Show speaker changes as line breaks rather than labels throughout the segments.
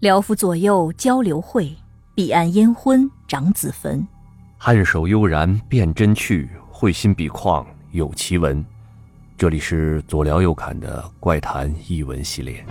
辽府左右交流会，彼岸烟昏长子坟。
颔首悠然辨真趣，会心笔况有奇文。这里是左聊右侃的怪谈译文系列。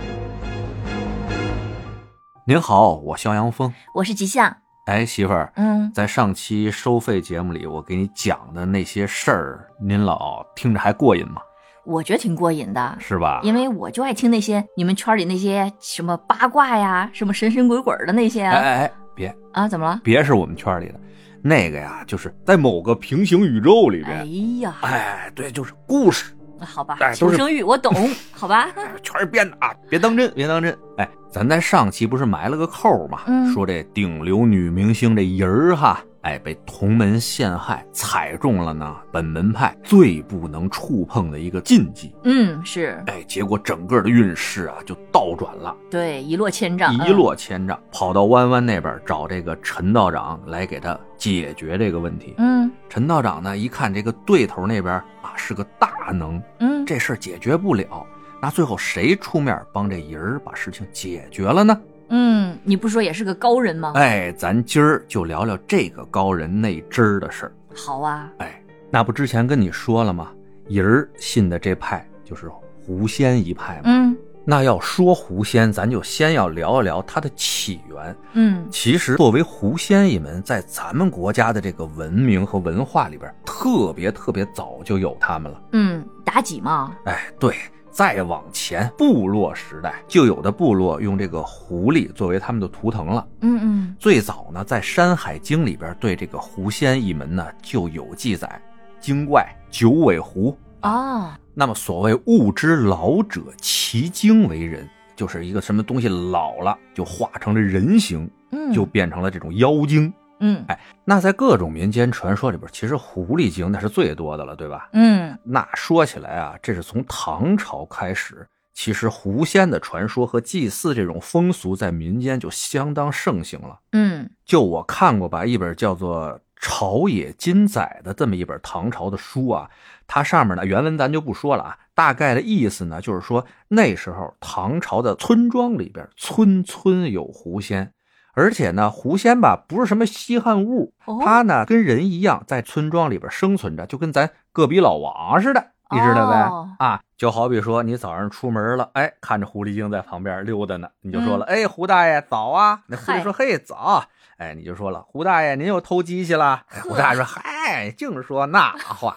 您好，我肖阳峰。
我是吉祥，
哎，媳妇儿，
嗯，
在上期收费节目里，我给你讲的那些事儿，您老听着还过瘾吗？
我觉得挺过瘾的，
是吧？
因为我就爱听那些你们圈里那些什么八卦呀、什么神神鬼鬼的那些
哎
啊，
哎哎，别
啊怎么了？
别是我们圈里的，那个呀，就是在某个平行宇宙里
哎
边，
呀，
哎，对，就是故事，
好吧，
哎
求
都是
生欲我懂，好 吧？
哎全是编的啊，别当真，别当真。哎，咱在上期不是埋了个扣嘛，
嗯
说这顶流女明星这人儿哈，哎，被同门陷害，踩中了呢本门派最不能触碰的一个禁忌。
嗯，是
哎，结果整个的运势啊就倒转了，
对，一落千丈，嗯
一落千丈，跑到湾湾那边找这个陈道长来给他解决这个问题。
嗯，
陈道长呢一看这个对头那边啊是个大能，
嗯嗯，
这事儿解决不了，那最后谁出面帮这人儿把事情解决了呢？
嗯，你不说也是个高人吗？
哎，咱今儿就聊聊这个高人那支儿的事儿。
好啊，
哎那不之前跟你说了吗？人儿信的这派就是狐仙一派嘛。
嗯
那要说狐仙，咱就先要聊一聊它的起源。
嗯
其实，作为狐仙一门，在咱们国家的这个文明和文化里边，特别特别早就有他们了。
嗯，妲己嘛，
哎，对，再往前，部落时代就有的部落用这个狐狸作为他们的图腾了。
嗯嗯
最早呢，在《山海经》里边对这个狐仙一门呢就有记载，精怪、九尾狐。
啊，
那么，所谓物之老者，其精为人，就是一个什么东西老了就化成了人形，
嗯
就哎变成了这种妖精。
嗯
那在各种民间传说里边，其实狐狸精那是最多的了，对吧？
嗯
那说起来啊，这是从唐朝开始，其实狐仙的传说和祭祀这种风俗在民间就相当盛行了。
嗯
就我看过吧，一本叫做《朝野金载》的这么一本唐朝的书啊，它上面呢原文咱就不说了啊，大概的意思呢就是说那时候唐朝的村庄里边村村有狐仙，而且呢狐仙吧不是什么稀罕物，
哦
它呢跟人一样在村庄里边生存着，就跟咱个比老王似的。你知道呗？
哦
啊，就好比说你早上出门了，哎，看着狐狸精在旁边溜达呢，你就说了，
嗯
哎，胡大爷早啊！那狐狸说，嘿，早。哎，你就说了，胡大爷，您又偷鸡去了？ 哎胡大爷说，嗨，净说那话。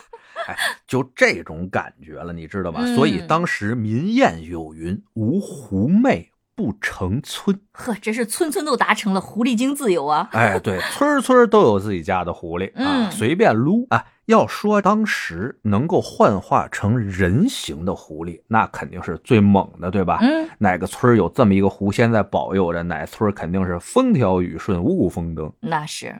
哎，就这种感觉了，你知道吧？
嗯
所以当时民谚有云：“无狐媚不成村。
呵，真是村村都达成了狐狸精自由” 啊！
哎，对，村儿村儿都有自己家的狐狸啊，
嗯
随便撸啊。要说当时能够幻化成人形的狐狸，那肯定是最猛的，对吧？
嗯
哪个村儿有这么一个狐仙在保佑着，哪村儿肯定是风调雨顺、五谷丰登。
那是，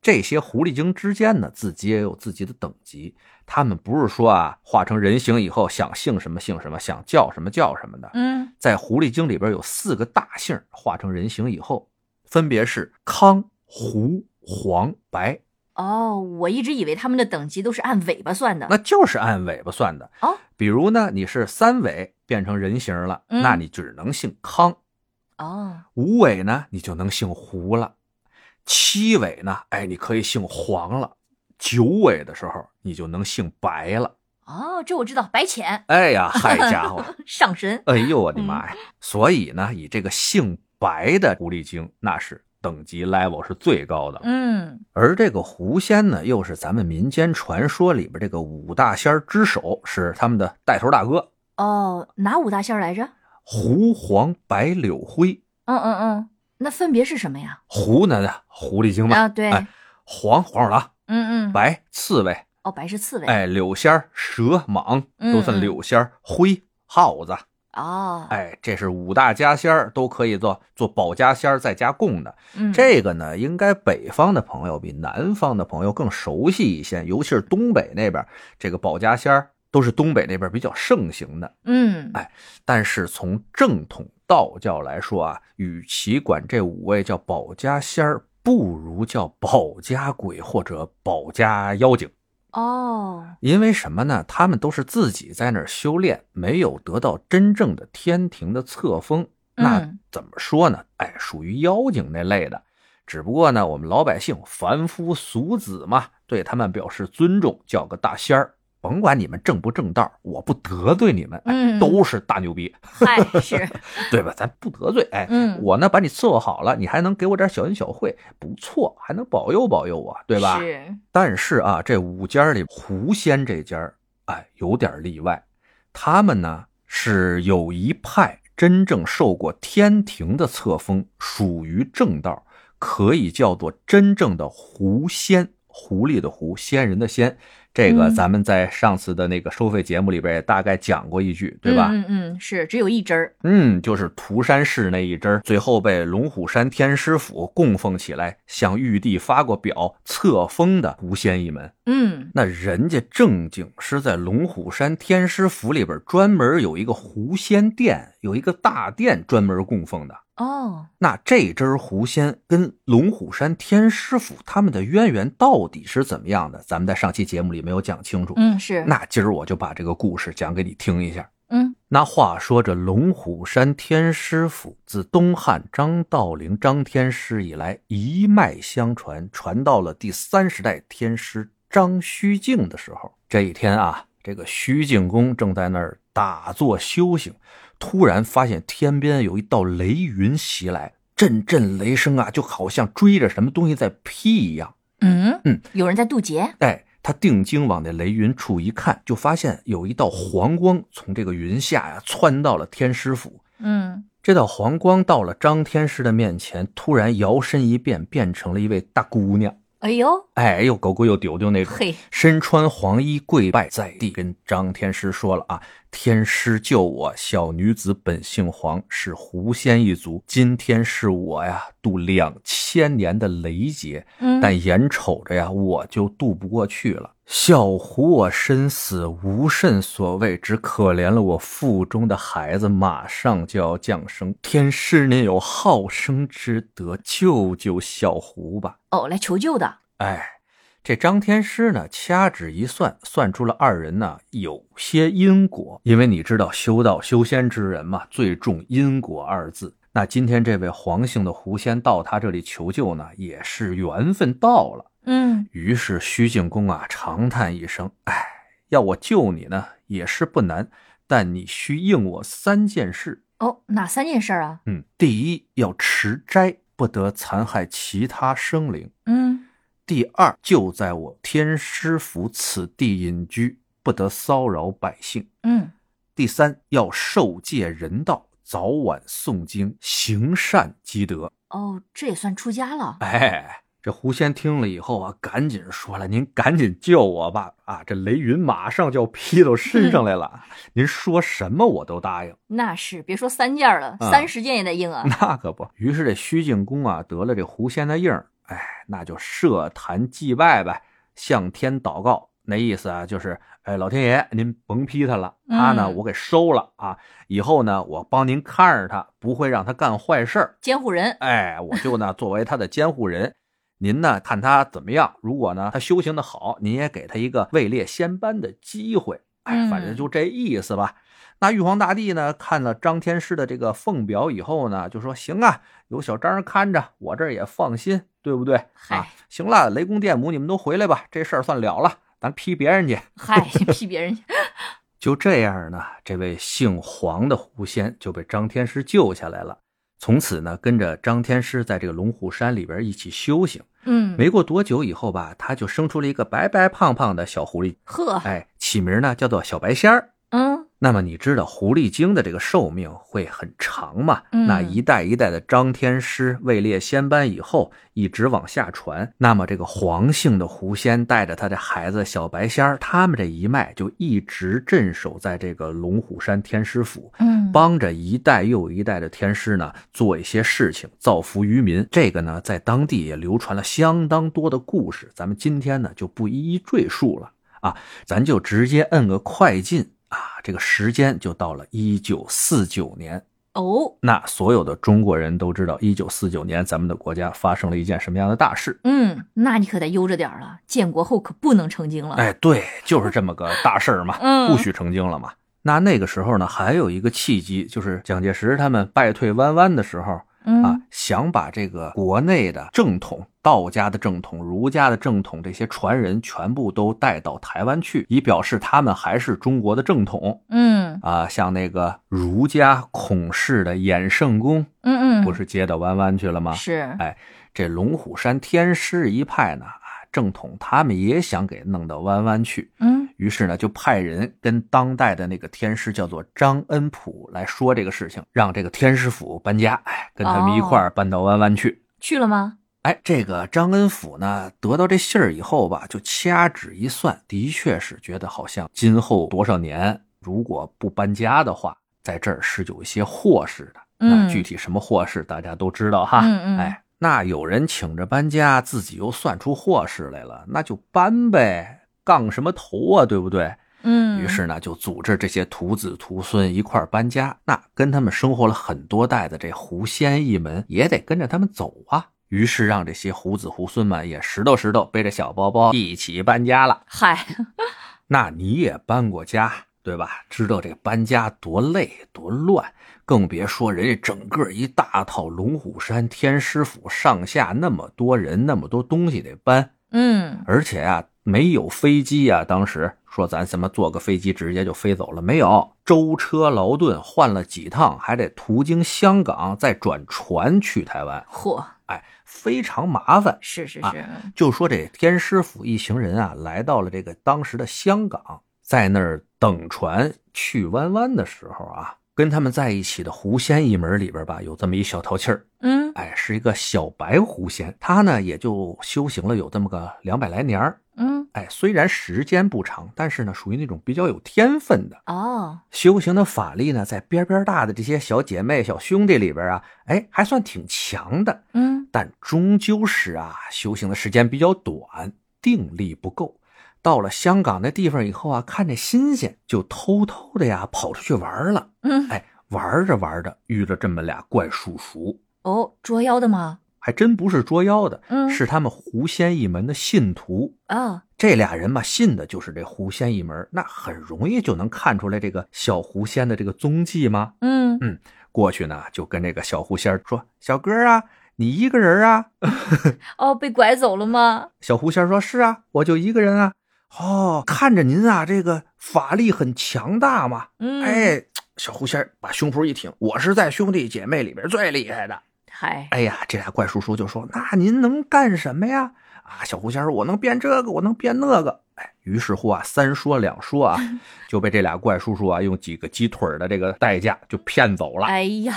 这些狐狸精之间呢，自己也有自己的等级，他们不是说啊，化成人形以后想姓什么姓什么，想叫什么叫什么的。
嗯
在狐狸精里边有四个大姓，化成人形以后，分别是康、胡、黄、白，
哦，我一直以为他们的等级都是按尾巴算的。
那就是按尾巴算的。
哦，
比如呢，你是三尾变成人形了，
嗯
那你只能姓康。
哦，
五尾呢，你就能姓胡了；七尾呢，哎，你可以姓黄了；九尾的时候，你就能姓白了。
哦，这我知道，白浅
哎呀，嗨家伙，
上神。
哎呦
嗯
我的妈呀！所以呢，以这个姓白的狐狸精，那是等级 level 是最高的。
嗯
而这个狐仙呢，又是咱们民间传说里边这个五大仙儿之首，是他们的带头大哥
哦，哪五大仙儿来着？
狐黄白柳灰。
嗯嗯嗯，那分别是什么呀？
狐呢，狐狸精嘛，
啊，对，
哎黄黄鼠狼，
嗯嗯，
白刺猬，
哦，白是刺猬。
哎，柳仙儿、蛇、蟒
嗯
都算柳仙儿、灰、耗子，
哦，
哎，这是五大家仙儿都可以做做保家仙儿在家供的。
嗯，
这个呢，应该北方的朋友比南方的朋友更熟悉一些，尤其是东北那边，这个保家仙儿都是东北那边比较盛行的。
嗯，
哎但是从正统道教来说啊，与其管这五位叫保家仙儿，不如叫保家鬼或者保家妖精。
哦，
因为什么呢？他们都是自己在那儿修炼，没有得到真正的天庭的册封，那
嗯
怎么说呢？哎，属于妖精那类的。只不过呢，我们老百姓、凡夫俗子嘛，对他们表示尊重，叫个大仙儿。甭管你们正不正道，我不得罪你们，哎
嗯
都是大牛逼，
哎，是，
对吧？咱不得罪，哎，
嗯
我呢把你伺候好了，你还能给我点小恩小惠，不错，还能保佑保佑我，对吧？
是，
但是啊，这五家里狐仙这家儿，哎，有点例外。他们呢是有一派真正受过天庭的册封，属于正道，可以叫做真正的狐仙。狐狸的狐，仙人的仙，这个
嗯
咱们在上次的那个收费节目里边也大概讲过一句，对吧？
嗯嗯嗯，是，只有一针儿，
嗯，就是涂山氏那一支儿，最后被龙虎山天师府供奉起来，向玉帝发过表册封的狐仙一门。
嗯
那人家正经是在龙虎山天师府里边专门有一个狐仙殿，有一个大殿专门供奉的。
哦，
那这支狐仙跟龙虎山天师府他们的渊源到底是怎么样的？咱们在上期节目里没有讲清楚。
嗯是，
那今儿我就把这个故事讲给你听一下。
嗯
那话说，这龙虎山天师府自东汉张道陵张天师以来，一脉相传，传到了第三十代天师张虚静的时候。这一天啊，这个虚静公正在那儿打坐修行，突然发现天边有一道雷云袭来，阵阵雷声啊，就好像追着什么东西在劈一样。
嗯
嗯，
有人在渡劫，
哎，他定睛往那雷云处一看，就发现有一道黄光从这个云下呀、窜到了天师府。
嗯
这道黄光到了张天师的面前，突然摇身一变，变成了一位大姑娘。
哎呦
哎，又狗狗又丢丢那种，
嘿，
身穿黄衣跪拜在地，跟张天师说了啊：“天师救我，小女子本姓黄，是狐仙一族，今天是我呀渡两千年的雷劫，
嗯
但眼瞅着呀，我就渡不过去了。小狐我身死，无甚所谓，只可怜了我腹中的孩子，马上就要降生。天师您有好生之德，救救小狐吧！
哦来求救的，
哎，这张天师呢，掐指一算，算出了二人呢有些因果，因为你知道修道修仙之人嘛，最重因果二字。那今天这位黄姓的狐仙到他这里求救呢，也是缘分到了。
嗯
于是虚静公啊长叹一声：“哎，要我救你呢，也是不难，但你需应我三件事。
哦哪三件事儿啊？
嗯，第一要持斋，不得残害其他生灵；
嗯
第二，就在我天师府此地隐居，不得骚扰百姓；
嗯
第三，要受戒人道，早晚诵经，行善积德。”
哦这也算出家了，
哎，这狐仙听了以后啊，赶紧说了：“您赶紧救我吧！啊，这雷云马上就要劈到身上来了，您说什么我都答应。
那是别说三件儿了，
啊
三十件也得应啊，
那可不。于是这虚静公啊，得了这狐仙的印儿，哎，那就设坛祭拜呗，向天祷告。那意思啊，就是，哎，老天爷，您甭批他了，他呢，
嗯
我给收了啊。以后呢，我帮您看着他，不会让他干坏事儿。
监护人，
哎，我就呢作为他的监护人，您呢看他怎么样？如果呢他修行的好，您也给他一个位列仙班的机会。哎，反正
嗯
就这意思吧。那玉皇大帝呢看了张天师的这个俸表以后呢，就说行啊，有小张看着，我这儿也放心，对不对？啊
嗨，
行了，雷公电母，你们都回来吧，这事儿算了了，咱批别人去。
嗨 批别人，
就这样呢，这位姓黄的狐仙就被张天师救下来了。从此呢，跟着张天师在这个龙虎山里边一起修行。
嗯
没过多久以后吧，他就生出了一个白白胖胖的小狐狸，
呵
哎，起名呢叫做小白仙儿。
嗯
那么你知道狐狸精的这个寿命会很长嘛？
嗯
那一代一代的张天师位列仙班以后，一直往下传。那么这个黄姓的狐仙带着他的孩子小白仙儿，他们这一脉就一直镇守在这个龙虎山天师府。
嗯
帮着一代又一代的天师呢做一些事情，造福于民。这个呢，在当地也流传了相当多的故事，咱们今天呢就不一一赘述了啊，咱就直接摁个快进啊，这个时间就到了一九四九年。
哦
那所有的中国人都知道，一九四九年咱们的国家发生了一件什么样的大事？
嗯，那你可得悠着点儿了，建国后可不能成精了，
哎哎，对，就是这么个大事儿嘛，
嗯
不许成精了嘛。那那个时候呢，还有一个契机，就是蒋介石他们败退弯弯的时候啊
嗯，
想把这个国内的正统道家的正统、儒家的正统这些传人全部都带到台湾去，以表示他们还是中国的正统
嗯
啊。像那个儒家孔氏的衍圣公，
嗯嗯，
不是接到弯弯去了吗？
是
哎这龙虎山天师一派呢，啊，正统他们也想给弄到弯弯去，
嗯
于是呢就派人跟当代的那个天师叫做张恩普来说这个事情，让这个天师府搬家，哎，跟他们一
哦
块儿搬到弯弯去。
去了吗？
哎，这个张恩甫呢，得到这信儿以后吧，就掐指一算，的确是觉得好像今后多少年，如果不搬家的话，在这儿是有一些祸事的。
嗯，
那具体什么祸事，大家都知道哈。
嗯嗯
哎，那有人请着搬家，自己又算出祸事来了，那就搬呗，杠什么头啊，对不对？
嗯，
于是呢，就组织这些徒子徒孙一块儿搬家。那跟他们生活了很多代的这狐仙一门，也得跟着他们走啊。于是让这些狐子狐孙们也拾掇拾掇，背着小包包一起搬家了。
嗨，
那你也搬过家，对吧？知道这搬家多累多乱，更别说人家整个一大套龙虎山天师府上下那么多人，那么多东西得搬，
嗯
而且啊，没有飞机啊，当时说咱什么坐个飞机直接就飞走了，没有，舟车劳顿换了几趟，还得途经香港，再转船去台湾，
嚯，
哎，非常麻烦。
是是
啊
是，嗯
就说这天师府一行人啊，来到了这个当时的香港，在那儿等船去湾湾的时候啊，跟他们在一起的狐仙一门里边吧，有这么一小淘气儿，
嗯
哎，是一个小白狐仙，他呢也就修行了有这么个两百来年儿，
嗯
哎，虽然时间不长，但是呢，属于那种比较有天分的。
哦，
修行的法力呢，在边边大的这些小姐妹、小兄弟里边啊，哎，还算挺强的。
嗯
但终究是啊，修行的时间比较短，定力不够。到了香港那地方以后啊，看着新鲜，就偷偷的呀跑出去玩了。
嗯，
哎，玩着玩着遇着这么俩怪叔叔，
哦，捉妖的吗？
还真不是捉妖的，
嗯
是他们狐仙一门的信徒。
哦，
这俩人嘛，信的就是这狐仙一门，那很容易就能看出来这个小狐仙的这个踪迹吗？
嗯
过去呢，就跟这个小狐仙儿说：“小哥啊，你一个人啊？”
哦，被拐走了吗？
小狐仙说：“是啊，我就一个人啊。”哦，看着您啊，这个法力很强大嘛。
嗯，，
哎，小狐仙把胸脯一挺，我是在兄弟姐妹里边最厉害的。
嗨，
哎呀，这俩怪叔叔就说：“那您能干什么呀？”啊，小狐仙说：“我能变这个，我能变那个。”哎，于是乎啊，三说两说啊，就被这俩怪叔叔啊用几个鸡腿儿的这个代价就骗走了。
哎呀，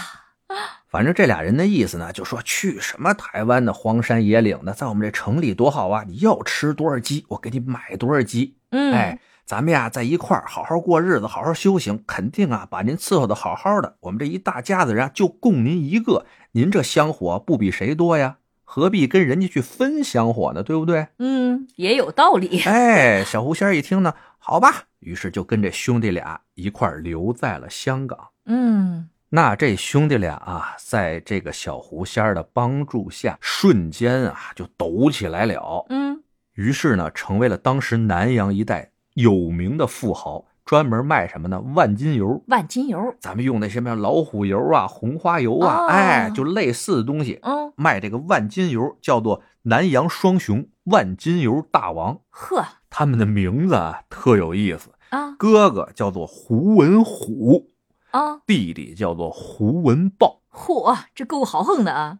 反正这俩人的意思呢，就说去什么台湾的荒山野岭的，在我们这城里多好啊！你要吃多少鸡，我给你买多少鸡。
嗯，
哎，咱们呀在一块儿好好过日子，好好修行，肯定啊把您伺候的好好的。我们这一大家子人啊，就供您一个，您这香火不比谁多呀？何必跟人家去分香火呢？对不对？
嗯，也有道理，
哎，小狐仙儿一听呢，好吧，于是就跟这兄弟俩一块儿留在了香港。
嗯
那这兄弟俩啊，在这个小狐仙儿的帮助下，瞬间啊就抖起来了。
嗯，
于是呢，成为了当时南洋一带有名的富豪，专门卖什么呢？万金油。
万金油，
咱们用那什么老虎油啊、红花油啊，
哦
哎，就类似的东西，
嗯
卖这个万金油，叫做南洋双雄万金油大王。
呵
他们的名字啊特有意思，
啊
哥哥叫做胡文虎，
啊，
弟弟叫做胡文豹。
嚯，这够豪横的啊，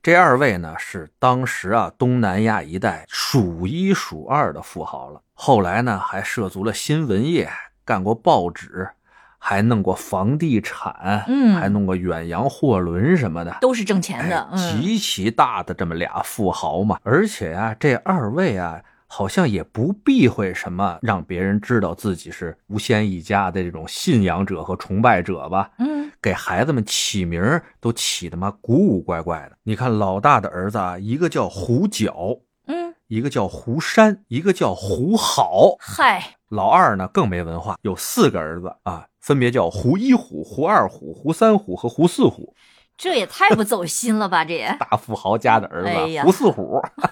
这二位呢是当时啊东南亚一带数一数二的富豪了，后来呢还涉足了新闻业，干过报纸，还弄过房地产，
嗯
还弄过远洋货轮什么的，
都是挣钱的，
哎
嗯，
极其大的这么俩富豪嘛。而且啊，这二位啊。好像也不避讳什么让别人知道自己是无仙一家的这种信仰者和崇拜者吧，
嗯
给孩子们起名儿都起的嘛古古怪怪的。你看老大的儿子啊，一个叫胡角，
嗯，
一个叫胡山，一个叫胡好。
嗨，
老二呢更没文化，有四个儿子啊，分别叫胡一虎、胡二虎、胡三虎和胡四虎，
这也太不走心了吧，这也
大富豪家的儿子、啊
哎呀
胡四虎。哎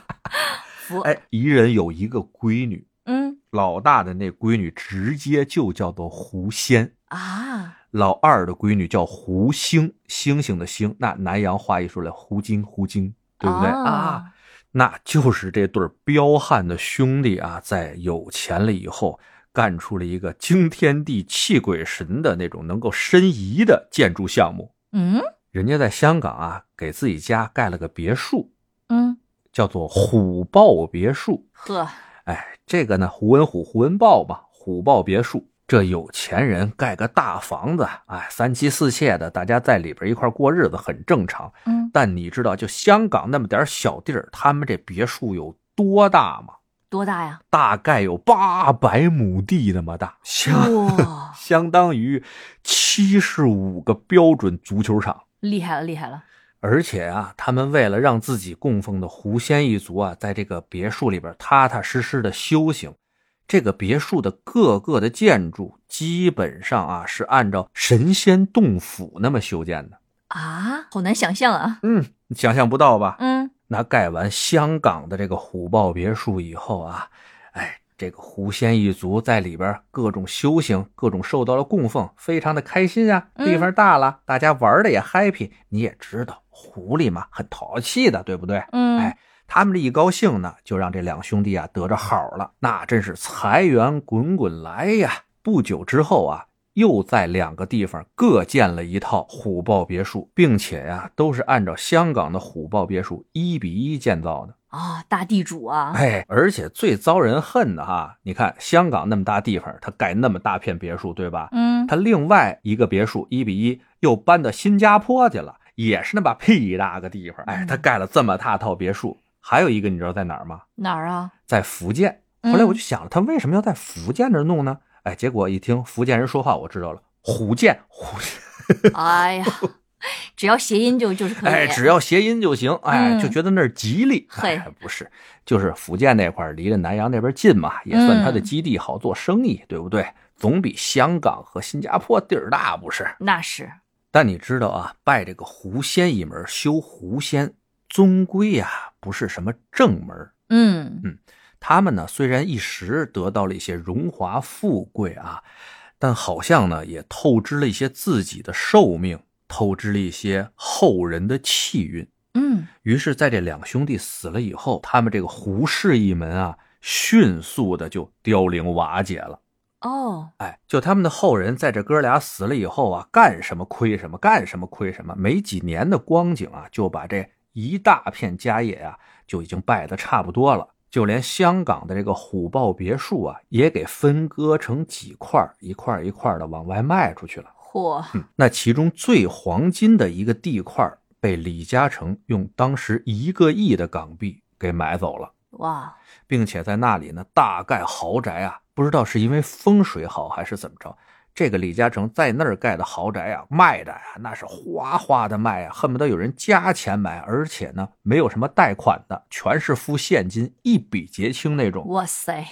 服，
哎，一人有一个闺女，
嗯
老大的那闺女直接就叫做狐仙，
啊，
老二的闺女叫胡星，星星的星，那南洋话一说来，胡金胡金，对不对、
哦
啊？那就是这对儿彪悍的兄弟啊，在有钱了以后，干出了一个惊天地泣鬼神的那种能够申遗的建筑项目。
嗯
人家在香港啊，给自己家盖了个别墅，
嗯，
叫做虎豹别墅。
呵，
哎，这个呢，胡文虎、胡文豹吧，虎豹别墅。这有钱人盖个大房子，哎，三妻四妾的，大家在里边一块过日子很正常。
嗯，
但你知道，就香港那么点小地儿，他们这别墅有多大吗？
多大呀？
大概有八百亩地那么大，相，
哇
相当于七十五个标准足球场。
厉害了，厉害了！
而且啊，他们为了让自己供奉的狐仙一族啊，在这个别墅里边踏踏实实的修行。这个别墅的各个的建筑基本上啊是按照神仙洞府那么修建的，
啊，好难想象啊。
嗯，你想象不到吧？
嗯，
那盖完香港的这个虎豹别墅以后啊，哎，这个狐仙一族在里边各种修行，各种受到了供奉，非常的开心啊。
嗯
地方大了，大家玩的也 happy。你也知道，狐狸嘛，很淘气的，对不对？
嗯
哎，他们这一高兴呢，就让这两兄弟啊得着好了，那真是财源滚滚来呀。不久之后啊，又在两个地方各建了一套虎豹别墅，并且呀、都是按照香港的虎豹别墅一比一建造的。
啊，大地主啊，
哎，而且最遭人恨的哈，你看香港那么大地方，他盖那么大片别墅，对吧？
嗯，
他另外一个别墅一比一又搬到新加坡去了，也是那么屁大个地方。哎，他盖了这么大套别墅，还有一个你知道在哪儿吗？
哪儿啊？
在福建。
嗯
后来我就想了，他为什么要在福建那儿弄呢？哎，结果一听福建人说话，我知道了，福建，福建，
哎 呀，只要谐音就就是可以。
哎，只要谐音就行，哎，
嗯
就觉得那儿吉利。
嘿
哎，不是，就是福建那块儿离着南洋那边近嘛，也算它的
嗯
基地，好做生意，对不对？总比香港和新加坡地儿大，不是？
那是，
但你知道啊，拜这个狐仙一门，修狐仙，终归呀、不是什么正门儿。
嗯
他们呢，虽然一时得到了一些荣华富贵啊，但好像呢，也透支了一些自己的寿命，透支了一些后人的气运。
嗯，
于是，在这两兄弟死了以后，他们这个胡氏一门啊，迅速的就凋零瓦解了。
哦，
哎，就他们的后人在这哥俩死了以后啊，干什么亏什么，干什么亏什么，没几年的光景啊，就把这一大片家业啊，就已经败得差不多了。就连香港的这个虎豹别墅啊，也给分割成几块儿，一块儿一块的往外卖出去了。嗯
嚯，
那其中最黄金的一个地块儿被李嘉诚用当时一个亿的港币给买走了。
哇，
并且在那里呢大盖豪宅啊，不知道是因为风水好还是怎么着，这个李嘉诚在那儿盖的豪宅啊，卖的呀、那是哗哗的卖啊，恨不得有人加钱买，而且呢没有什么贷款的，全是付现金，一笔结清那种，
哇塞，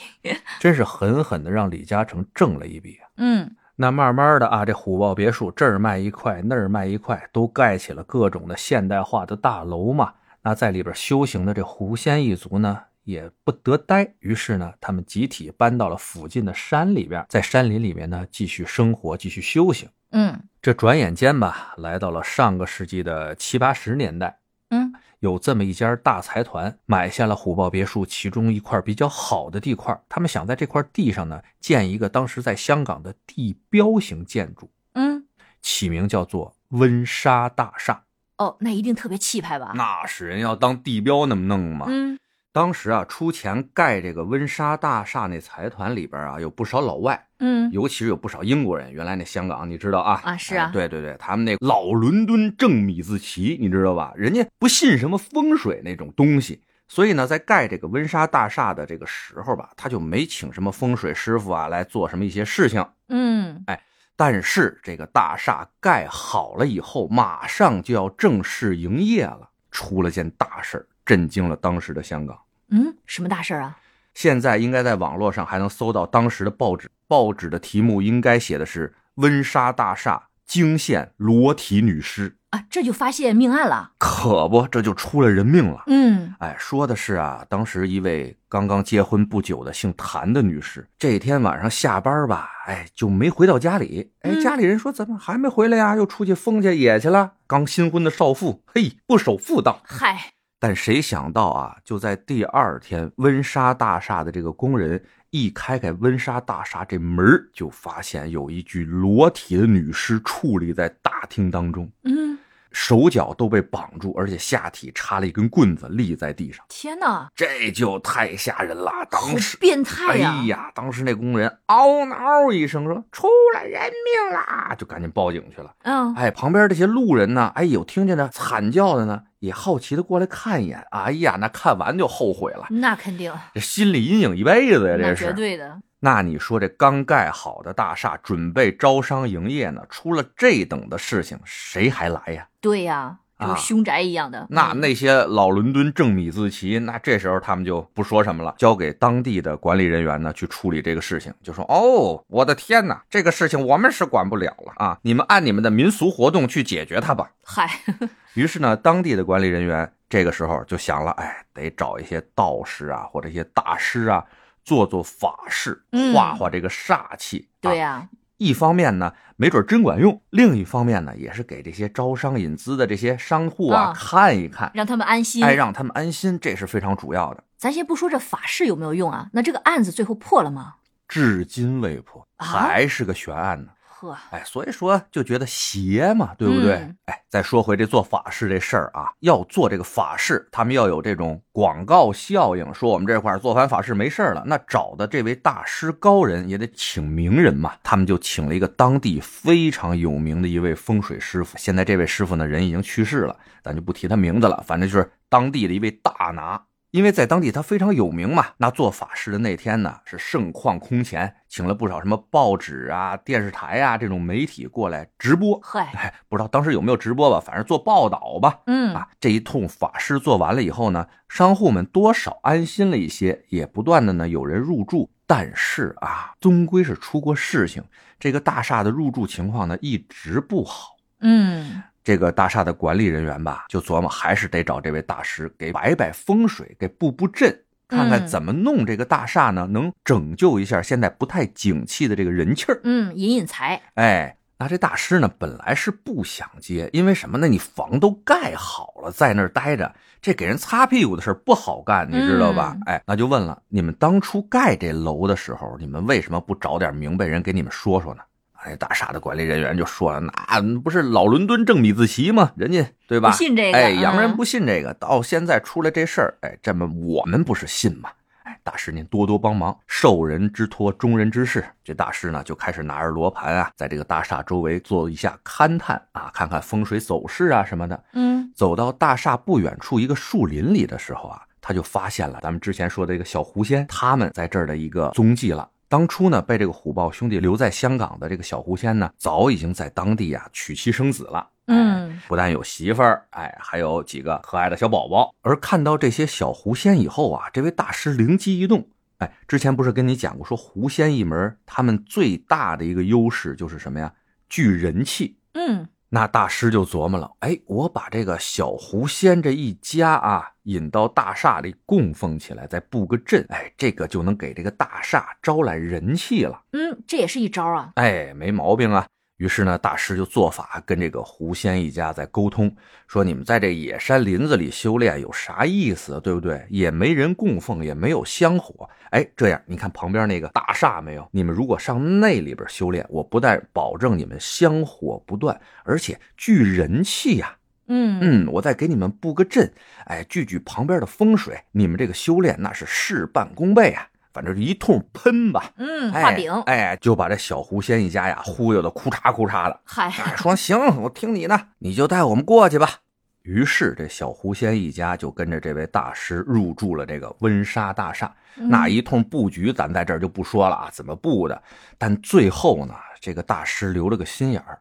真是狠狠的让李嘉诚挣了一笔啊。
嗯
那慢慢的啊，这虎豹别墅这儿卖一块，那儿卖一块，都盖起了各种的现代化的大楼嘛。那在里边修行的这狐仙一族呢，也不得呆，于是呢，他们集体搬到了附近的山里边，在山林里面呢继续生活，继续修行。
嗯
这转眼间吧，来到了上个世纪的七八十年代，
嗯，
有这么一家大财团买下了虎豹别墅其中一块比较好的地块，他们想在这块地上呢建一个当时在香港的地标型建筑，
嗯，
起名叫做温莎大厦。
哦，那一定特别气派吧？
那是人要当地标那么弄吗
啊嗯
当时啊，出钱盖这个温莎大厦那财团里边啊，有不少老外，
嗯，
尤其是有不少英国人。原来那香港你知道啊？
啊是啊
哎对对对，他们那老伦敦正米字旗，你知道吧？人家不信什么风水那种东西。所以呢，在盖这个温莎大厦的这个时候吧，他就没请什么风水师傅啊来做什么一些事情，
嗯
哎但是这个大厦盖好了以后，马上就要正式营业了，出了件大事儿，震惊了当时的香港。
嗯，什么大事儿啊？
现在应该在网络上还能搜到当时的报纸，报纸的题目应该写的是“温莎大厦惊现裸体女尸
啊，这就发现命案了。
可不，这就出了人命了。
嗯，
哎，说的是啊，当时一位刚刚结婚不久的姓谭的女士，这天晚上下班吧，哎，就没回到家里。哎，
嗯
家里人说怎么还没回来呀？又出去疯去野去了。刚新婚的少妇，嘿，不守妇道。
嗨，
但谁想到啊，就在第二天，温莎大厦的这个工人一开开温莎大厦这门儿就发现有一具裸体的女尸矗立在大厅当中，
嗯，
手脚都被绑住，而且下体插了一根棍子立在地上，
天哪，
这就太吓人了。
好
当时，
变态啊
哎
呀！
呀，当时那工人嗷嗷一声说：“出了人命啦！”就赶紧报警去了。
嗯，
哎，旁边这些路人呢，哎，有听见呢惨叫的呢，也好奇的过来看一眼。哎呀，那看完就后悔了，
那肯定，
这心理阴影一辈子呀，
那
这
绝
是。
对的。
那你说这刚盖好的大厦，准备招商营业呢，出了这等的事情，谁还来呀？
对呀、就
啊
跟凶宅一样的。
那
嗯
那些老伦敦正米字旗，那这时候他们就不说什么了，交给当地的管理人员呢去处理这个事情，就说：“哦，我的天哪，这个事情我们是管不了了啊，你们按你们的民俗活动去解决它吧。”
嗨，
啊于是呢，当地的管理人员这个时候就想了，哎，得找一些道士啊，或者一些大师啊，做做法事
嗯，
化化这个煞气。
对
啊，
呀、
一方面呢，没准真管用；另一方面呢，也是给这些招商引资的这些商户
啊
啊、看一看，
让他们安心。
哎，让他们安心，这是非常主要的。
咱先不说这法事有没有用啊，那这个案子最后破了吗？
至今未破，
啊
还是个悬案呢。
呵，
哎，所以说就觉得邪嘛，对不对？
嗯
哎，再说回这做法事这事儿啊，要做这个法事，他们要有这种广告效应，说我们这块儿做完法事没事儿了，那找的这位大师高人也得请名人嘛，他们就请了一个当地非常有名的一位风水师傅，现在这位师傅呢人已经去世了，咱就不提他名字了，反正就是当地的一位大拿。因为在当地他非常有名嘛，那做法事的那天呢是盛况空前，请了不少什么报纸啊、电视台啊这种媒体过来直播。
嗨，
哎，不知道当时有没有直播吧，反正做报道吧。
嗯，
啊，这一通法事做完了以后呢，商户们多少安心了一些，也不断的呢有人入住。但是啊，终归是出过事情，这个大厦的入住情况呢一直不好。
嗯，
这个大厦的管理人员吧，就琢磨还是得找这位大师给摆摆风水，给布布阵，看看
嗯
怎么弄这个大厦呢，能拯救一下现在不太景气的这个人气儿。
嗯，引引财，
哎，那这大师呢，本来是不想接，因为什么呢？你房都盖好了，在那儿待着，这给人擦屁股的事儿不好干，你知道吧？
嗯
哎，那就问了，你们当初盖这楼的时候，你们为什么不找点明白人给你们说说呢？哎，大厦的管理人员就说了，那不是老伦敦正米字旗吗？人家对吧？
不信这个
哎，洋人
嗯
不信这个，到现在出了这事儿，哎，这么我们不是信吗？哎，大师您多多帮忙，受人之托，忠人之事。这大师呢，就开始拿着罗盘啊，在这个大厦周围做一下勘探啊，看看风水走势啊什么的。
嗯，
走到大厦不远处一个树林里的时候啊，他就发现了咱们之前说的这个小狐仙他们在这儿的一个踪迹了。当初呢，被这个虎豹兄弟留在香港的这个小狐仙呢，早已经在当地啊娶妻生子了。哎
嗯，
不但有媳妇儿，哎，还有几个可爱的小宝宝。而看到这些小狐仙以后啊，这位大师灵机一动，哎，之前不是跟你讲过，说狐仙一门他们最大的一个优势就是什么呀？聚人气。
嗯，
那大师就琢磨了，哎，我把这个小狐仙这一家啊引到大厦里供奉起来，再布个阵，哎，这个就能给这个大厦招揽人气了。
嗯，这也是一招啊。
哎，没毛病啊。于是呢，大师就做法跟这个狐仙一家在沟通，说你们在这野山林子里修炼有啥意思，对不对？也没人供奉，也没有香火。哎，这样你看旁边那个大厦没有？你们如果上那里边修炼，我不但保证你们香火不断，而且聚人气呀、
嗯
嗯，我再给你们布个阵，哎，聚聚旁边的风水，你们这个修炼那是事半功倍啊。反正就一通喷吧，
嗯，
哎
画饼，
哎，就把这小狐仙一家呀忽悠的哭嚓哭嚓的。
嗨，
哎，说行，我听你的，你就带我们过去吧。于是这小狐仙一家就跟着这位大师入住了这个温莎大厦。那
嗯
一通布局，咱在这儿就不说了啊，怎么布的。但最后呢，这个大师留了个心眼儿，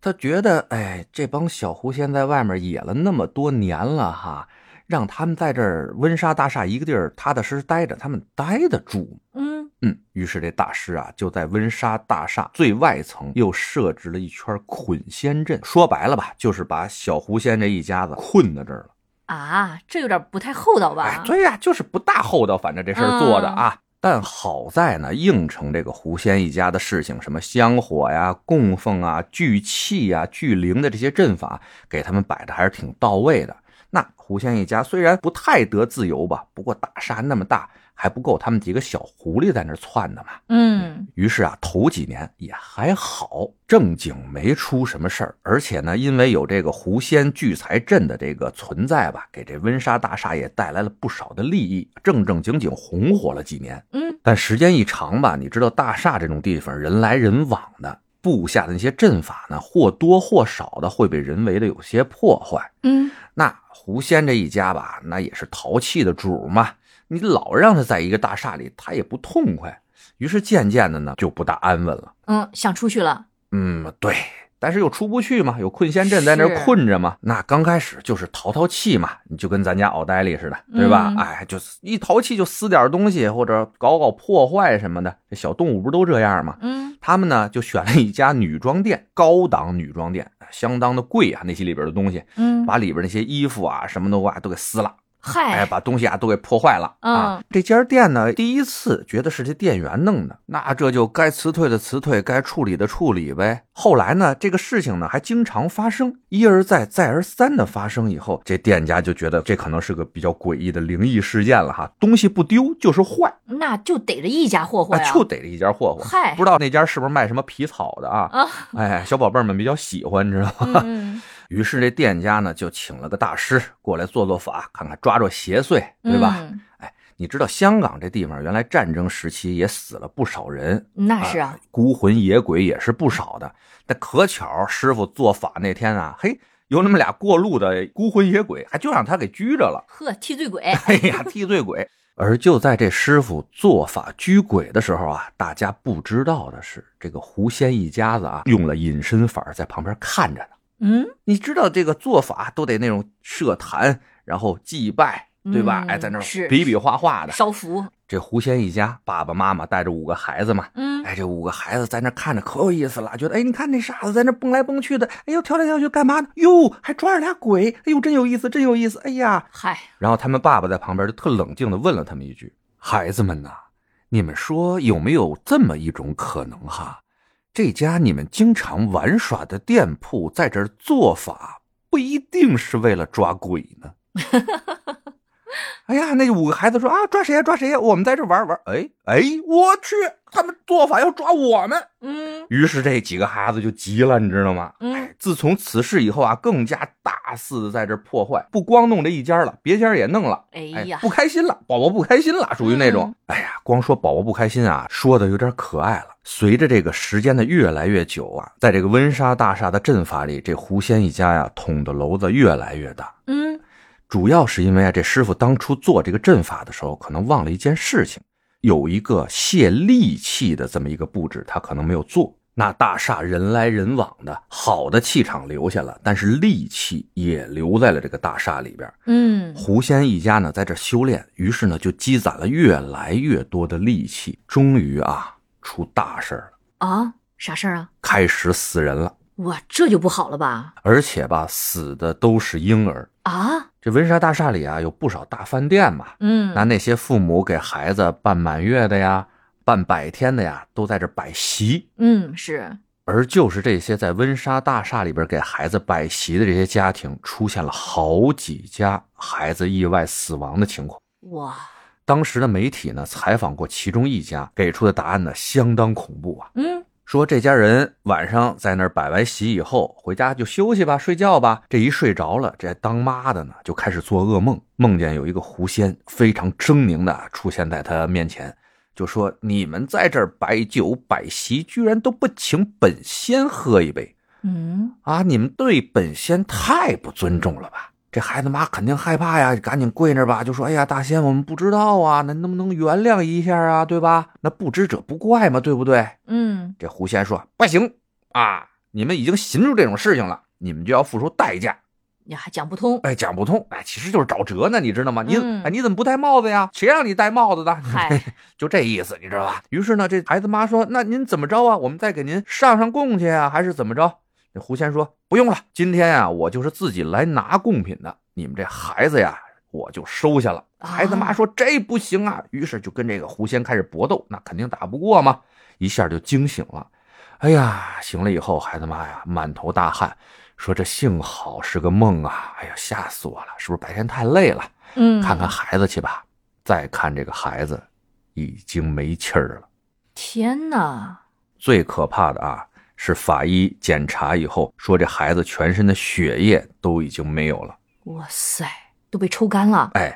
他觉得，哎，这帮小狐仙在外面野了那么多年了哈，让他们在这儿温莎大厦一个地儿踏踏实实待着，他们待得住吗
嗯，
嗯，于是这大师啊，就在温莎大厦最外层又设置了一圈捆仙阵。说白了吧，就是把小狐仙这一家子困在这儿了。
啊，这有点不太厚道吧？
哎，对呀、就是不大厚道，反正这事儿做的啊。但好在呢，应承这个狐仙一家的事情，什么香火呀、供奉啊、聚气呀、聚灵的这些阵法，给他们摆的还是挺到位的。那狐仙一家虽然不太得自由吧，不过大厦那么大，还不够他们几个小狐狸在那儿窜的嘛。
嗯
于是啊，头几年也还好，正经没出什么事儿。而且呢，因为有这个狐仙聚财阵的这个存在吧，给这温莎大厦也带来了不少的利益，正正经经红火了几年。
嗯，
但时间一长吧，你知道大厦这种地方人来人往的，布下的那些阵法呢，或多或少的会被人为的有些破坏。
嗯，
那狐仙这一家吧，那也是淘气的主嘛，你老让他在一个大厦里，他也不痛快。于是渐渐的呢，就不大安稳了。
嗯，想出去了，
嗯，对，但是又出不去嘛，有困仙阵在那儿
是
困着嘛。那刚开始就是淘淘气嘛，你就跟咱家奥黛丽似的，对吧？
嗯
哎，就是一淘气就撕点东西，或者搞搞破坏什么的。这小动物不都这样吗？
嗯
他们呢就选了一家女装店，高档女装店，相当的贵啊，那些里边的东西。
嗯，
把里边那些衣服啊什么的哇都给撕了，哎，
嗨，
把东西啊都给破坏了啊
嗯。
这家店呢，第一次觉得是这店员弄的，那这就该辞退的辞退，该处理的处理呗。后来呢，这个事情呢还经常发生，一而再再而三的发生以后，这店家就觉得这可能是个比较诡异的灵异事件了哈，东西不丢就是坏，
那就逮着一家霍霍
啊，
呀，
就 逮着一家霍霍。
嗨
不知道那家是不是卖什么皮草的啊？
啊，
哎，小宝贝儿们比较喜欢，你知道吗？
嗯
于是这店家呢就请了个大师过来做做法，看看抓抓邪祟，
嗯
对吧？
嗯
你知道香港这地方原来战争时期也死了不少人，
那是啊，
孤魂野鬼也是不少的。但可巧师傅做法那天啊，嘿，有那么俩过路的孤魂野鬼，还就让他给拘着了。
呵，替罪 鬼，
哎呀，替罪鬼！而就在这师傅做法拘鬼的时候啊，大家不知道的是，这个狐仙一家子啊，用了隐身法在旁边看着呢。
嗯
你知道这个做法都得那种设坛，然后祭拜，对吧？
嗯
哎，在那
是
儿比比划划的。
烧符，
这狐仙一家，爸爸妈妈带着五个孩子嘛，
嗯
哎，这五个孩子在那儿看着可有意思了，觉得哎，你看那傻子在那儿蹦来蹦去的，哎呦，跳来跳去干嘛呢？哟，还抓着俩鬼，哎呦，真有意思，真有意思，哎呀。
嗨，
然后他们爸爸在旁边就特冷静的问了他们一句：“孩子们呐、你们说有没有这么一种可能哈？这家你们经常玩耍的店铺在这儿做法，不一定是为了抓鬼 呢？”哎呀，那五个孩子说啊，抓谁呀、抓谁呀、我们在这玩玩。哎哎，我去，他们做法要抓我们。
嗯
于是这几个孩子就急了，你知道吗？
嗯
哎，自从此事以后啊，更加大肆的在这儿破坏，不光弄这一家了，别家也弄了。
哎
哎
呀，
不开心了，宝宝不开心了，属于那种
嗯。
哎呀，光说宝宝不开心啊，说的有点可爱了。随着这个时间的越来越久啊，在这个温莎大厦的阵法里，这狐仙一家呀、捅的娄子越来越大。
嗯
主要是因为啊，这师傅当初做这个阵法的时候，可能忘了一件事情，有一个泄戾气的这么一个布置，他可能没有做。那大厦人来人往的，好的气场留下了，但是戾气也留在了这个大厦里边。
嗯
狐仙一家呢，在这修炼，于是呢就积攒了越来越多的戾气，终于啊出大事儿了，
啊，啥事儿啊？
开始死人了，
哇，这就不好了吧？
而且吧死的都是婴儿。
啊，
这温莎大厦里啊有不少大饭店嘛，
嗯
那那些父母给孩子办满月的呀、办百天的呀，都在这摆席。
嗯是，
而就是这些在温莎大厦里边给孩子摆席的这些家庭，出现了好几家孩子意外死亡的情况。
哇，
当时的媒体呢采访过其中一家，给出的答案呢相当恐怖啊，
嗯
说这家人晚上在那儿摆完席以后，回家就休息吧，睡觉吧。这一睡着了，这当妈的呢就开始做噩梦，梦见有一个狐仙非常狰狞的出现在他面前，就说：“你们在这儿摆酒摆席，居然都不请本仙喝一杯。”
嗯
啊，你们对本仙太不尊重了吧？这孩子妈肯定害怕呀，赶紧跪那儿吧，就说：“哎呀，大仙，我们不知道啊，那能不能原谅一下啊？对吧？那不知者不怪嘛，对不对
嗯？”
这狐仙说：“不行啊，你们已经寻出这种事情了，你们就要付出代价。
你还讲不通。
哎，讲不通，哎，其实就是找辙呢，你知道吗？你、
嗯
哎，你怎么不戴帽子呀？谁让你戴帽子的？
嗨，
就这意思，你知道吧？于是呢，这孩子妈说：“那您怎么着啊？我们再给您上上供去啊，还是怎么着？”这胡仙说：“不用了，今天啊，我就是自己来拿贡品的。你们这孩子呀，我就收下了。”
啊
孩子妈说：“这不行啊！”于是就跟这个狐仙开始搏斗，那肯定打不过嘛，一下就惊醒了。哎呀，醒了以后，孩子妈呀，满头大汗，说：“这幸好是个梦啊！哎呀，吓死我了！是不是白天太累了？”
嗯，
看看，孩子去吧。再看这个孩子，已经没气儿了。
天哪，
最可怕的啊，是法医检查以后说，这孩子全身的血液都已经没有了。
哇塞，都被抽干了。
哎，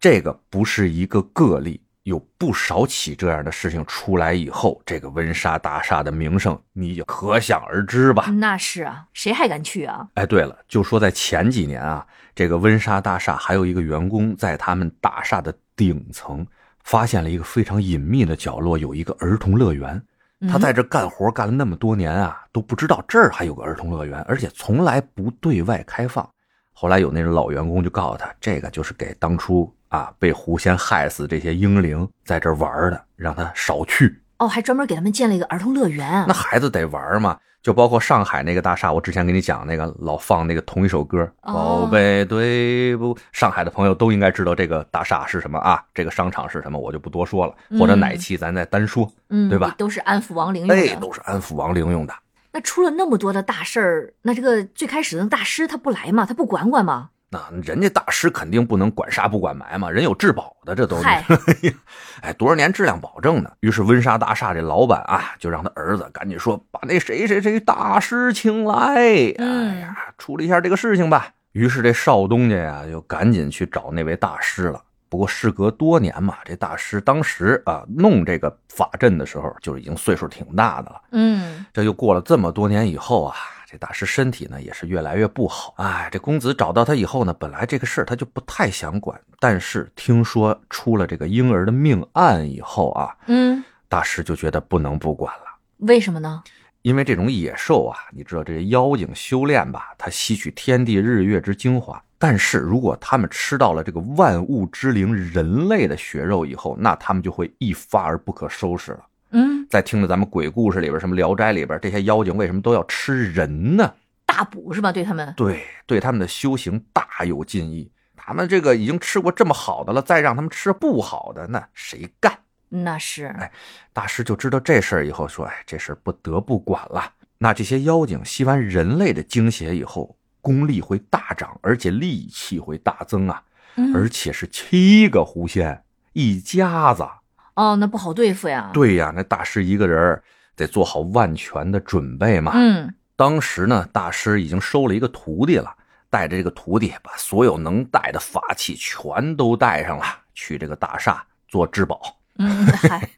这个不是一个个例，有不少起这样的事情出来以后，这个温莎大厦的名声你也可想而知吧。
那是啊，谁还敢去啊？
哎，对了，就说在前几年啊，这个温莎大厦还有一个员工在他们大厦的顶层发现了一个非常隐秘的角落，有一个儿童乐园。他
嗯
在这干活干了那么多年啊，都不知道这儿还有个儿童乐园，而且从来不对外开放。后来有那种老员工就告诉他，这个就是给当初啊被狐仙害死这些英灵在这玩儿的，让他少 去。
哦，还专门给他们建了一个儿童乐园。
那孩子得玩嘛，就包括上海那个大厦，我之前给你讲那个老放那个同一首歌，
哦
宝贝对不？上海的朋友都应该知道这个大厦是什么啊，这个商场是什么，我就不多说了，或者
嗯
哪期咱再单说。
嗯，
对吧
都是安抚亡灵用
哎，
的。
都是安抚亡灵用的。
那出了那么多的大事儿，那这个最开始的大师他不来嘛，他不管管嘛？
那人家大师肯定不能管杀不管埋嘛，人有质保的，这都是
嗨，
哎，多少年质量保证呢？于是温莎大厦这老板啊，就让他儿子赶紧说，把那谁谁谁大师请来，哎
嗯
呀，处理一下这个事情吧。于是这少东家呀，就赶紧去找那位大师了。不过事隔多年嘛，这大师当时啊弄这个法阵的时候，就已经岁数挺大的了。
嗯，
这又过了这么多年以后啊，这大师身体呢也是越来越不好。哎，这公子找到他以后呢，本来这个事儿他就不太想管，但是听说出了这个婴儿的命案以后啊，
嗯，
大师就觉得不能不管了。
为什么呢？
因为这种野兽啊，你知道这些妖精修炼吧，它吸取天地日月之精华。但是如果他们吃到了这个万物之灵人类的血肉以后，那他们就会一发而不可收拾了。
嗯，
在听的咱们鬼故事里边，什么《聊斋》里边，这些妖精为什么都要吃人呢？
大补是吧？对他们，
对，对他们的修行大有进益。他们这个已经吃过这么好的了，再让他们吃不好的，那谁干？
那是
哎大师就知道这事儿以后，说：“哎，这事儿不得不管了。”那这些妖精吸完人类的精血以后，功力会大涨，而且力气会大增啊！
嗯
而且是七个狐仙一家子。
哦，那不好对付呀。，
对呀，那大师一个人儿得做好万全的准备嘛。
嗯，
当时呢，大师已经收了一个徒弟了，带着这个徒弟把所有能带的法器全都带上了，去这个大厦做质保。
嗯，嗨，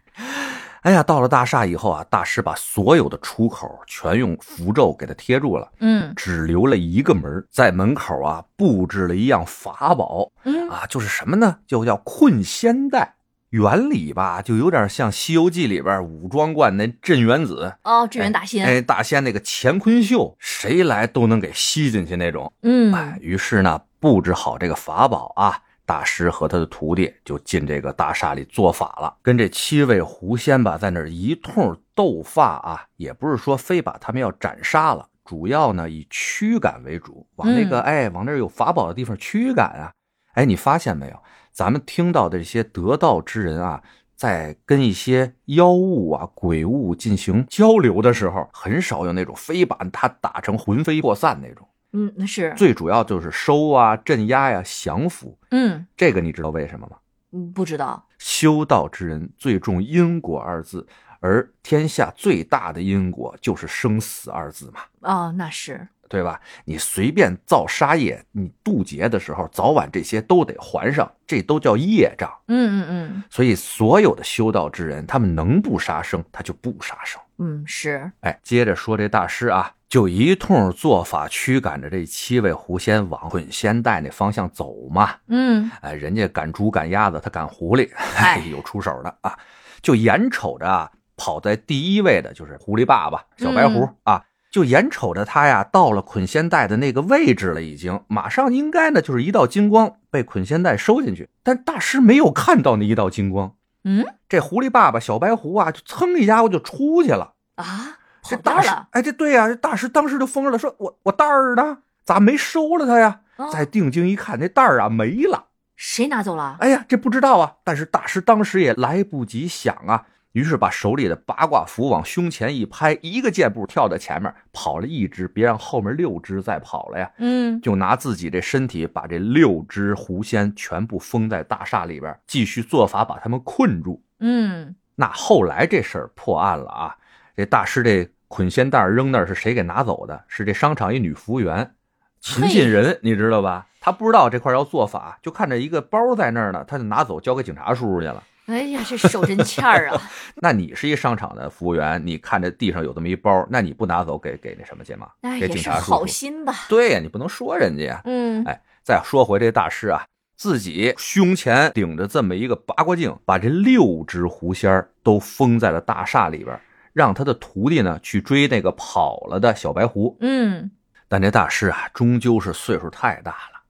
哎呀，到了大厦以后啊，大师把所有的出口全用符咒给它贴住了，
嗯
只留了一个门儿，在门口啊布置了一样法宝
嗯，
啊，就是什么呢？就叫困仙带。原理吧，就有点像《西游记》里边武装观那镇元子
哦，志远打新，
哎，大仙那个乾坤袖，谁来都能给吸进去那种。哎
嗯，
于是呢，布置好这个法宝啊，大师和他的徒弟就进这个大厦里做法了，跟这七位狐仙吧，在那儿一通斗法啊，也不是说非把他们要斩杀了，主要呢以驱赶为主，往那个、哎往那儿有法宝的地方驱赶啊。哎，你发现没有？咱们听到的这些得道之人啊，在跟一些妖物啊、鬼物进行交流的时候，很少有那种非把他打成魂飞魄散那种。
嗯，那是，
最主要就是收啊、镇压呀、降服。
嗯，
这个你知道为什么吗？
嗯不知道，
修道之人最重因果二字，而天下最大的因果就是生死二字嘛，
哦，那是，
对吧？你随便造杀业，你渡劫的时候，早晚这些都得还上，这都叫业障。
嗯嗯
所以，所有的修道之人，他们能不杀生，他就不杀生。
嗯嗯，是，
哎，接着说这大师啊，就一通做法驱赶着这七位狐仙往混仙带那方向走嘛。
嗯
哎，人家赶猪赶鸭子，他赶狐狸，
哎
有出手的
嗯
啊！就眼瞅着啊，跑在第一位的就是狐狸爸爸小白狐、啊，就眼瞅着他呀到了捆仙带的那个位置了，已经马上应该呢就是一道金光被捆仙带收进去，但大师没有看到那一道金光，
嗯
这狐狸爸爸小白狐啊就噌一家伙就出去了。
啊，
这
跑掉
大师
了，
哎，这对呀、这大师当时就疯了，说我我袋儿呢？咋没收了他呀？
啊
再定睛一看，那袋儿啊没了。
谁拿走了？
哎呀，这不知道啊！但是大师当时也来不及想啊，于是把手里的八卦符往胸前一拍，一个箭步跳到前面，跑了一只，别让后面六只再跑了呀！
嗯，
就拿自己这身体把这六只狐仙全部封在大厦里边，继续做法把他们困住。
嗯，
那后来这事儿破案了啊，这大师这捆仙袋儿扔那儿是谁给拿走的？是这商场一女服务员，秦
嘿
信人，你知道吧？她不知道这块儿要做法，就看着一个包在那儿呢，她就拿走交给警察叔叔去了。
哎呀，这手真欠儿啊！
那你是一商场的服务员，你看着地上有这么一包，那你不拿走给给那什么去吗？
哎，
给
也
警
是
察叔
好
叔？
心吧？
对呀，你不能说人家呀。
嗯，
哎再说回这大师啊，自己胸前顶着这么一个八卦镜，把这六只狐仙儿都封在了大厦里边儿，让他的徒弟呢去追那个跑了的小白狐。
嗯，
但这大师啊，终究是岁数太大了，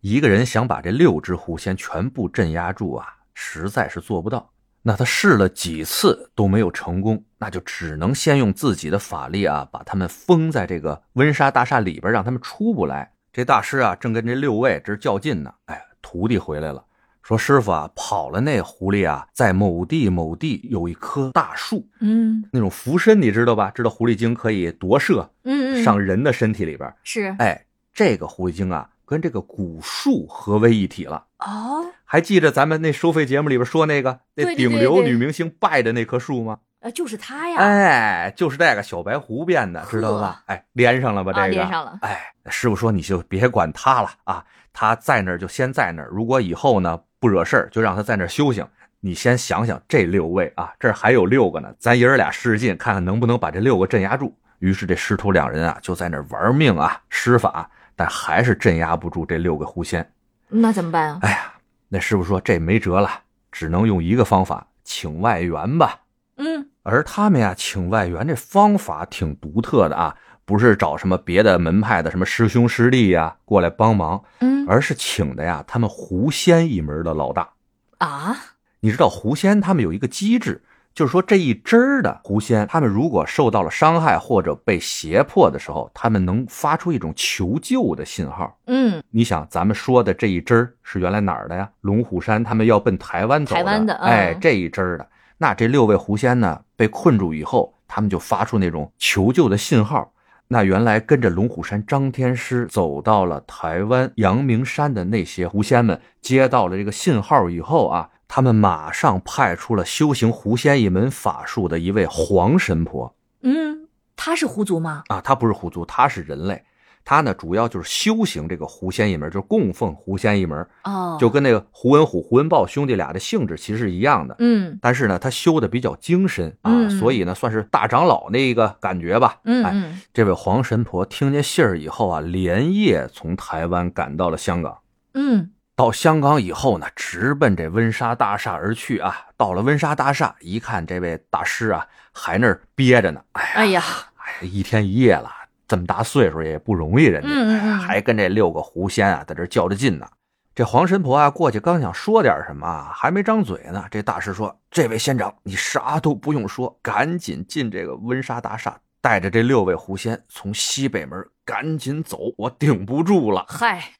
一个人想把这六只狐仙全部镇压住啊，实在是做不到。那他试了几次都没有成功，那就只能先用自己的法力啊，把他们封在这个温莎大厦里边，让他们出不来。这大师啊，正跟这六位这较劲呢。哎，徒弟回来了，说：“师傅啊，跑了那狐狸啊，在某地某地有一棵大树，
嗯，
那种伏身，你知道吧？知道狐狸精可以夺舍
嗯嗯，
上人的身体里边。
是
哎，这个狐狸精啊，跟这个古树合为一体了。
哦，
还记着咱们那收费节目里边说那个
对
那
对对
顶流
对
女明星拜的那棵树吗？
呃，就是他呀，
哎，就是这个小白狐变的，知道吧？哎，连上了吧？这
啊，
个
连上了，
哎，师傅说你就别管他了啊，他在那儿就先在那儿。如果以后呢不惹事儿，就让他在那儿修行。你先想想这六位啊，这儿还有六个呢，咱爷儿俩试试劲，看看能不能把这六个镇压住。于是这师徒两人啊，就在那儿玩命啊施法，但还是镇压不住这六个狐仙。
那怎么办啊？
哎呀，那师傅说这没辙了，只能用一个方法，请外援吧。
嗯，
而他们呀，请外援这方法挺独特的啊，不是找什么别的门派的什么师兄师弟呀过来帮忙，
嗯
而是请的呀他们狐仙一门的老大。
啊，
你知道狐仙他们有一个机制，就是说这一支儿的狐仙，他们如果受到了伤害或者被胁迫的时候，他们能发出一种求救的信号。
嗯，
你想，咱们说的这一支儿是原来哪儿的呀？龙虎山，他们要奔台湾走
台湾的嗯
哎，这一支儿的。那这六位狐仙呢，被困住以后，他们就发出那种求救的信号。那原来跟着龙虎山张天师走到了台湾阳明山的那些狐仙们，接到了这个信号以后啊，他们马上派出了修行狐仙一门法术的一位黄神婆，
嗯，他是狐族吗？
啊，他不是狐族，他是人类。他呢，主要就是修行这个狐仙一门，就是供奉狐仙一门，
哦，
就跟那个胡文虎、胡文豹兄弟俩的性质其实是一样的。
嗯
但是呢，他修的比较精深啊，
嗯
所以呢，算是大长老那个感觉吧。
嗯
哎，
嗯，
这位黄神婆听见信儿以后啊，连夜从台湾赶到了香港。
嗯
到香港以后呢，直奔这温莎大厦而去啊。到了温莎大厦，一看这位大师啊，还那儿憋着呢。
哎呀，
哎呀，一天一夜了，这么大岁数也不容易，人家、
嗯嗯嗯
还跟这六个狐仙啊在这较着劲呢。这黄神婆啊过去刚想说点什么啊，还没张嘴呢，这大师说：“这位仙长，你啥都不用说，赶紧进这个温莎大厦，带着这六位狐仙从西北门赶紧走，我顶不住了。”
嗨，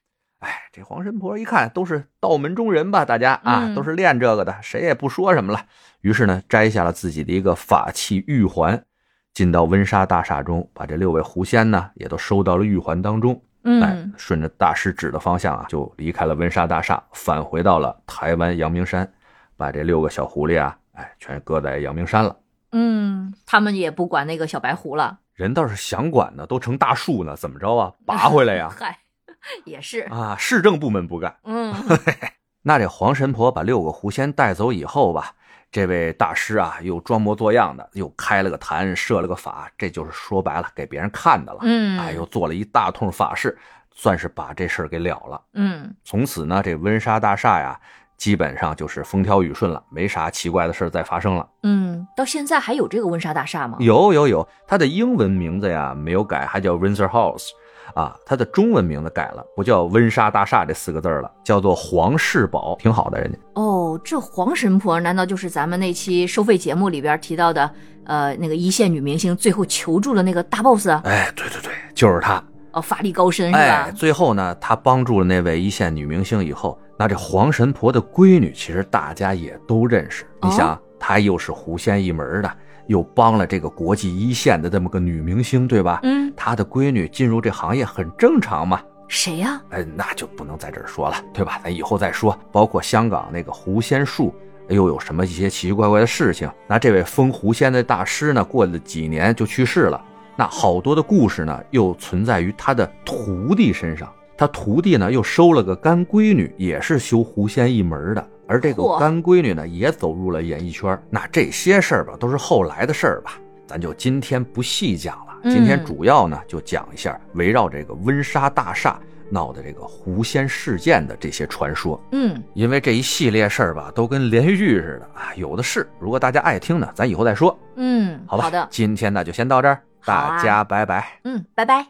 哎，这黄神婆一看都是道门中人吧，大家啊、
嗯
都是练这个的，谁也不说什么了。于是呢，摘下了自己的一个法器玉环，进到温莎大厦中，把这六位狐仙呢也都收到了玉环当中。哎
嗯，
顺着大师指的方向啊，就离开了温莎大厦，返回到了台湾阳明山，把这六个小狐狸啊，哎，全搁在阳明山了。
嗯，他们也不管那个小白狐了，
人倒是想管呢，都成大树呢，怎么着啊？拔回来 呀！
嗨，也是，
啊，市政部门不干，
嗯
那这黄神婆把六个狐仙带走以后吧，这位大师啊又装模作样的又开了个坛，设了个法，这就是说白了给别人看的了。
嗯，
哎，又做了一大通法事，算是把这事儿给了了。
嗯
从此呢，这温莎大厦呀基本上就是风调雨顺了，没啥奇怪的事儿再发生了。
嗯，到现在还有这个温莎大厦吗？
有有有，它的英文名字呀没有改，还叫 Windsor House，啊，它的中文名字改了，不叫温莎大厦这四个字儿了，叫做皇室堡，挺好的，人家。
哦，这黄神婆难道就是咱们那期收费节目里边提到的，呃，那个一线女明星最后求助的那个大 boss？啊
哎，对对对，就是它。
哦，法力高深是吧？
哎，最后呢，她帮助了那位一线女明星以后，那这黄神婆的闺女，其实大家也都认识。你想，她又是狐仙一门的，又帮了这个国际一线的这么个女明星，对吧？
嗯，
她的闺女进入这行业很正常嘛。
谁呀、
哎，那就不能在这儿说了，对吧？咱以后再说。包括香港那个狐仙术，又有什么一些奇奇怪怪的事情？那这位封狐仙的大师呢，过了几年就去世了。那好多的故事呢，又存在于他的徒弟身上。他徒弟呢，又收了个干闺女，也是修狐仙一门的。而这个
嚯
干闺女呢，也走入了演艺圈。那这些事儿吧，都是后来的事儿吧，咱就今天不细讲了。今天
嗯
主要呢，就讲一下围绕这个温莎大厦闹的这个狐仙事件的这些传说。
嗯，
因为这一系列事儿吧，都跟连续剧似的啊，有的是。如果大家爱听呢，咱以后再说，
嗯，
好吧？
的，
今天呢就先到这儿，
好啊
大家拜拜。
嗯，拜拜。